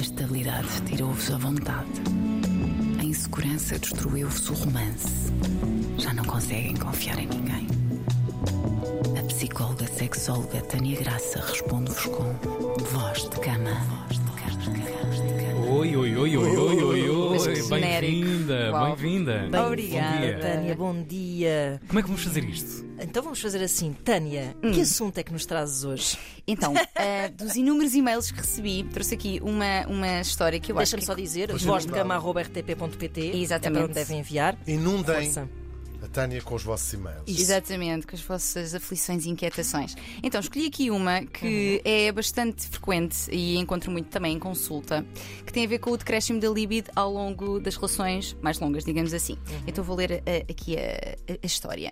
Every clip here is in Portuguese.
estabilidade tirou-vos a vontade. A insegurança destruiu-vos o romance. Já não conseguem confiar em ninguém. A psicóloga sexóloga Tânia Graça responde-vos com voz de cama. Voz de cama. Oi, oi, oi, oi, oi, oi, Mas que oi, é genérico. bem-vinda, Uau. bem-vinda. Bem, Bom Obrigada, dia. É. Tânia. Bom dia. Como é que vamos fazer isto? Então vamos fazer assim. Tânia, Hum. que assunto é que nos trazes hoje? Então, ah, dos inúmeros e-mails que recebi, trouxe aqui uma, uma história que eu acho Deixa-me que. é só dizer, Pois não, vozdecama.rtp.pt Exatamente. é para onde devem enviar. Inundem Força. a Tânia com os vossos e-mails. Isso. Exatamente, com as vossas aflições e inquietações. Então, escolhi aqui uma que Uhum. é bastante frequente e encontro muito também em consulta, que tem a ver com o decréscimo da libido ao longo das relações mais longas, digamos assim. Uhum. Então, vou ler ah, aqui a, a- a história.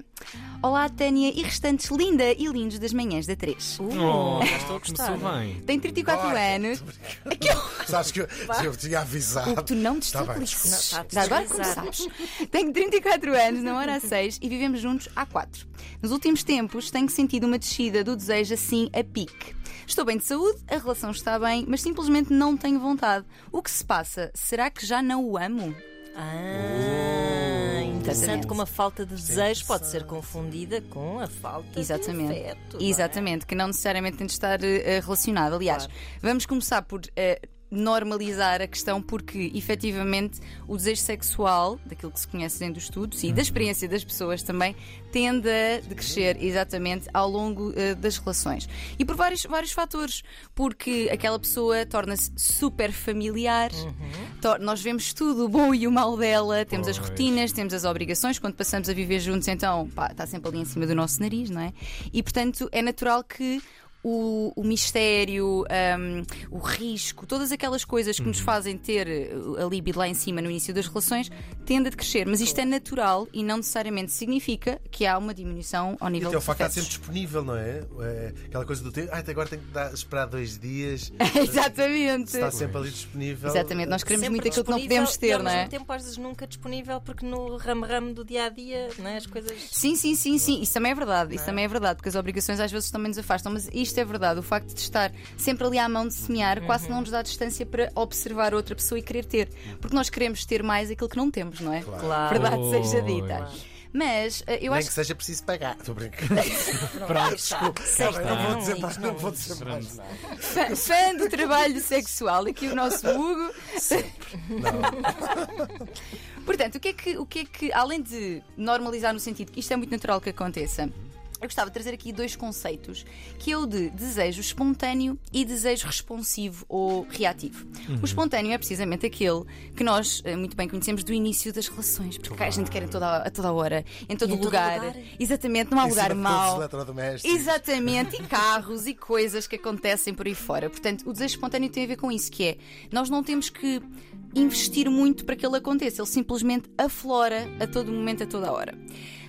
Olá, Tânia e restantes linda e lindos das manhãs da 3. Uh, Oh, já estou a começou gostar. bem. Tem 34 Olha, anos. É Sabes que eu, eu tinha avisado. O que tu não Tá bem. destabilizes. Não, tá Já agora desvalorizado. começares. Tenho 34 anos, na hora há 6 e vivemos juntos há 4. Nos últimos tempos tenho sentido uma descida do desejo assim a pique. Estou bem de saúde, a relação está bem, mas simplesmente não tenho vontade. O que se passa? Será que já não o amo? Ah, interessante Exatamente. como a falta de desejo pode ser confundida com a falta Exatamente. de afeto. um não é? Exatamente, que não necessariamente tem de estar eh, relacionado. Aliás, Claro. vamos começar por eh, normalizar a questão, porque efetivamente o desejo sexual, daquilo que se conhece dentro dos estudos Uhum. e da experiência das pessoas também, tende a Uhum. decrescer exatamente ao longo eh, das relações. E por vários, vários fatores, porque aquela pessoa torna-se super familiar, Uhum. tor- nós vemos tudo o bom e o mal dela, temos as Pois. rotinas rotinas, temos as obrigações, quando passamos a viver juntos, então pá, está sempre ali em cima do nosso nariz, não é? E portanto é natural que o, o mistério, hum, o risco, todas aquelas coisas que Uhum. nos fazem ter uh, a libido lá em cima no início das relações, tende a decrescer. Mas isto é natural e não necessariamente significa que há uma diminuição ao nível Então, o dos facto está sempre afetos. disponível, não é? É, Aquela coisa do tempo. Ah, até agora tenho que dar- esperar dois dias. Exatamente. Está sempre ali disponível. Exatamente, nós queremos Sempre muito aquilo que não disponível podemos e ter, ao não é? mesmo tempo, às vezes, nunca disponível, porque no ramo-ramo do dia a dia, as coisas. Sim, sim, sim, sim. Isso também é verdade. Isso também é verdade, porque as obrigações às vezes também nos afastam. Mas isto é verdade. O facto de estar sempre ali à mão de semear Uhum. quase não nos dá distância para observar outra pessoa e querer ter. Porque nós queremos ter mais aquilo que não temos, não é? Claro. Verdade Pois. seja dita. Mas eh, eu Nem acho que que. seja preciso pagar. Estou brincando. Desculpa, Não vou dizer mais, não, não vou dizer mais. nada. Fã, fã do trabalho sexual, aqui o nosso Hugo. Portanto, o que, é que, o que é que, além de normalizar no sentido que isto é muito natural que aconteça, eu gostava de trazer aqui dois conceitos, que é o de desejo espontâneo e desejo responsivo ou reativo. O espontâneo é precisamente aquele que nós eh, muito bem conhecemos do início das relações, porque cá a gente quer em toda, a toda hora, em todo E em todo lugar. lugar. Exatamente, não há Em cima lugar de todos é? os mau. eletrodomésticos. Exatamente, e carros e coisas que acontecem por aí fora. Portanto, o desejo espontâneo tem a ver com isso, que é nós não temos que investir muito para que ele aconteça, ele simplesmente aflora a todo momento, a toda hora.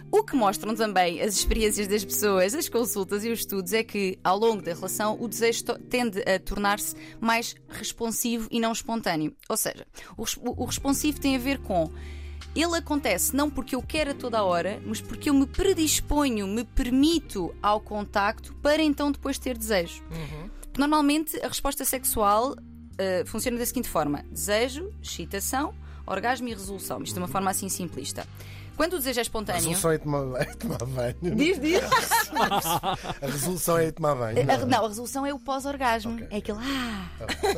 O que mostram também as experiências das pessoas, as consultas e os estudos é que, ao longo da relação, o desejo to- tende a tornar-se mais responsivo e não espontâneo. Ou seja, o res- o o responsivo tem a ver com ele acontece não porque eu quero a toda a hora, mas porque eu me predisponho, me permito ao contacto para então depois ter desejo. Normalmente a resposta sexual eh, funciona da seguinte forma: desejo, excitação, orgasmo e resolução. Isto de uma forma assim simplista. Quando o desejo é A espontâneo. resolução é tomar, é tomar banho. Diz, diz. A resolução é tomar banho. A- não, a resolução é o pós-orgasmo. É aquele. Ah!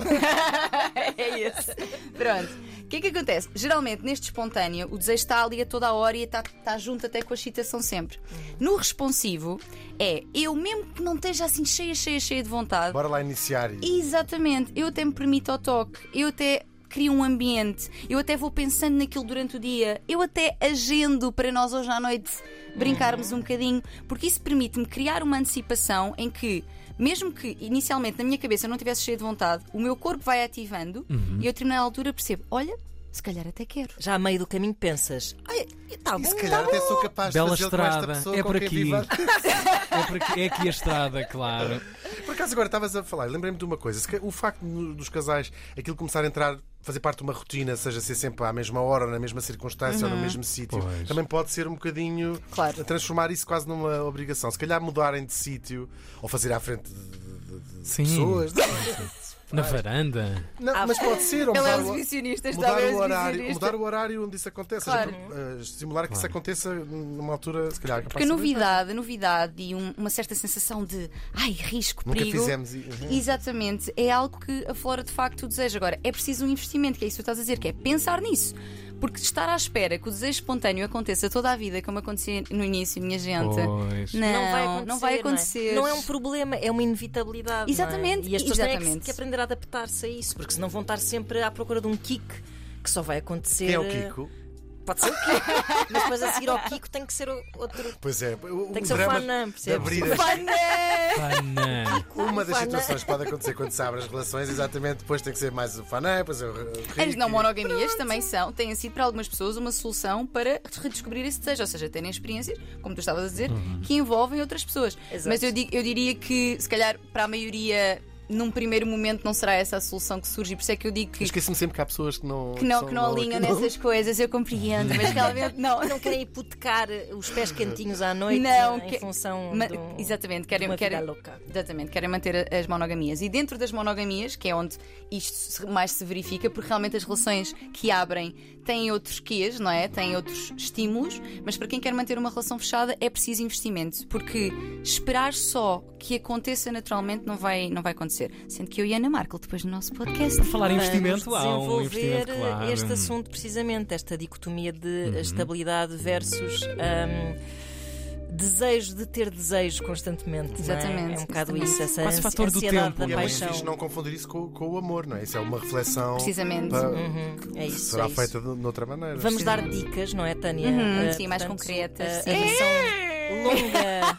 é esse. Pronto. O que é que acontece? Geralmente, neste espontâneo, o desejo está ali a toda a hora e está, está junto até com a excitação sempre. No responsivo, é eu mesmo que não esteja assim cheia, cheia, cheia de vontade. Bora lá iniciar. isso. Exatamente, eu até me permito ao toque, eu até crio um ambiente, eu até vou pensando naquilo durante o dia, eu até agendo para nós hoje à noite brincarmos um bocadinho, porque isso permite-me criar uma antecipação em que, mesmo que inicialmente na minha cabeça eu não estivesse cheia de vontade, o meu corpo vai ativando Uhum. e eu, a determinada altura, percebo: olha, se calhar até quero. Já a meio do caminho pensas, ai, hum, está bom, E se tá está calhar bom. até sou capaz de Bela fazer com estrada, esta pessoa é com por quem aqui. viva- É, por aqui, é aqui a estrada, claro. Por acaso agora estavas a falar, lembrei-me de uma coisa: Se ca- o facto no- dos casais aquilo começar a entrar, fazer parte de uma rotina, seja ser sempre à mesma hora, na mesma circunstância ou no mesmo sítio, Pois. também pode ser um bocadinho Uhum. Claro. a transformar isso quase numa obrigação. Se calhar mudarem de sítio ou fazer à frente de, de- de Sim. pessoas. Na varanda. Não, Ah, mas pode ser, ou Ele é mudar, o- exibicionista, está mudar bem é um o horário, exibicionista. mudar o horário onde isso acontece, Claro. ou seja, eh, simular que isso Claro. aconteça numa altura, se calhar, capaz Porque a de ser novidade, a novidade e um- uma certa sensação de ai, risco, Nunca perigo. fizemos e- Exatamente, é algo que a Flora de facto deseja. Agora, é preciso um investimento, que é isso que tu estás a dizer, que é pensar nisso. Porque estar à espera que o desejo espontâneo aconteça toda a vida, como acontecia no início, minha gente, Pois. não, não vai acontecer. não vai acontecer. é? Não é um problema, é uma inevitabilidade. não é? Exatamente, E as pessoas têm é exatamente. que, que aprender a adaptar-se a isso, porque senão vão estar sempre à procura de um kick que só vai acontecer. eh, Quem é o Kiko? Pode ser o Kiko, mas depois a seguir ao Kiko tem que ser o- outro. Pois é, o, Tem o que ser o drama Fanam, de percebes? abrir as- Pané! Panã. Uma das Fanam. situações que pode acontecer quando se abrem as relações, exatamente, depois tem que ser mais o fanã, depois é o rico. As não monogamias também são, têm sido para algumas pessoas uma solução para redescobrir esse desejo, ou seja, terem experiências, como tu estavas a dizer, que envolvem outras pessoas. Exato. Mas eu, di- eu diria que, se calhar, para a maioria, num primeiro momento, não será essa a solução que surge, e por isso é que eu digo que, Esqueço-me sempre que há pessoas que não. que, não, são- que não alinham nessas coisas, eu compreendo, mas realmente não. Não querem hipotecar os pés cantinhos à noite né, Não, em que- função Ma- de um- exatamente, de querem, uma vida querem, louca. Exatamente, querem manter a- as monogamias. E dentro das monogamias, que é onde isto se- mais se verifica, porque realmente as relações que abrem têm outros quês, não é? Têm outros estímulos, mas para quem quer manter uma relação fechada é preciso investimento, porque esperar só que aconteça naturalmente não vai, não vai acontecer. Sendo que eu e a Ana Markel, depois no nosso podcast. Falar em investimento, há Vamos um desenvolver investimento claro. Uhum. este assunto precisamente, esta dicotomia de estabilidade versus hum, desejo de ter desejo constantemente. não é? Exatamente, É, um bocado exatamente. isso, essa Quase ansi- fator do ansiedade tempo, E da é muito paixão. fixe não confundir isso com, com o amor, não é? Isso é uma reflexão. Precisamente. pa- Uhum, É isso. será é isso. feita de, de outra maneira. Vamos dar assim? dicas, não é, Tânia? Uhum, Eh, sim, mais portanto, eh, concretas, A, a sim. versão longa.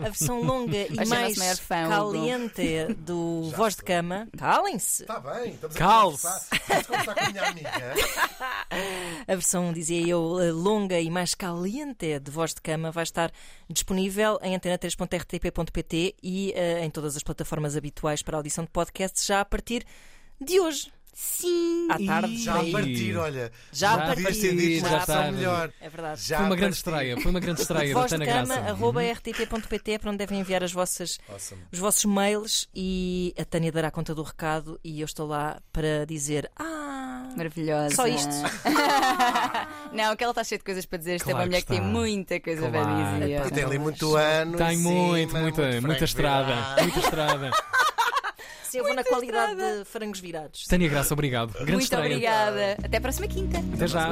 A versão longa e Acho mais nosso maior fã, Hugo. caliente do Voz de Cama. Calem-se! Está Tá bem, estamos a Calce. conversar. Vamos conversar com a minha amiga. A versão, dizia eu, eh, longa e mais caliente de Voz de Cama vai estar disponível em antena3.rtp.pt e eh, em todas as plataformas habituais para audição de podcasts já a partir de hoje, Sim! à tarde. Ih, Já a por aí. partir, olha. Já a podia partir, ser dito uma já versão tarde. melhor. É verdade. Já Foi a uma grande partir. estreia, foi uma grande estreia da Voz de Tana cama, uhum. Graça. arroba rtp.pt é para onde devem enviar as vossas, Awesome. os vossos mails e a Tânia dará conta do recado e eu estou lá para dizer Ah, Maravilhosa. Só isto. não, que ela está cheia de coisas para dizer. Esta é Claro uma mulher que que tem está. muita coisa Claro. para dizer. E tem ali muito ano. em Tem cima, muito, muita, frango muita estrada, virado. muita estrada. se Assim eu vou na qualidade de frangos virados. Tânia Graça, obrigado. Grande Muito estreia. obrigada. Até a próxima quinta. Até já.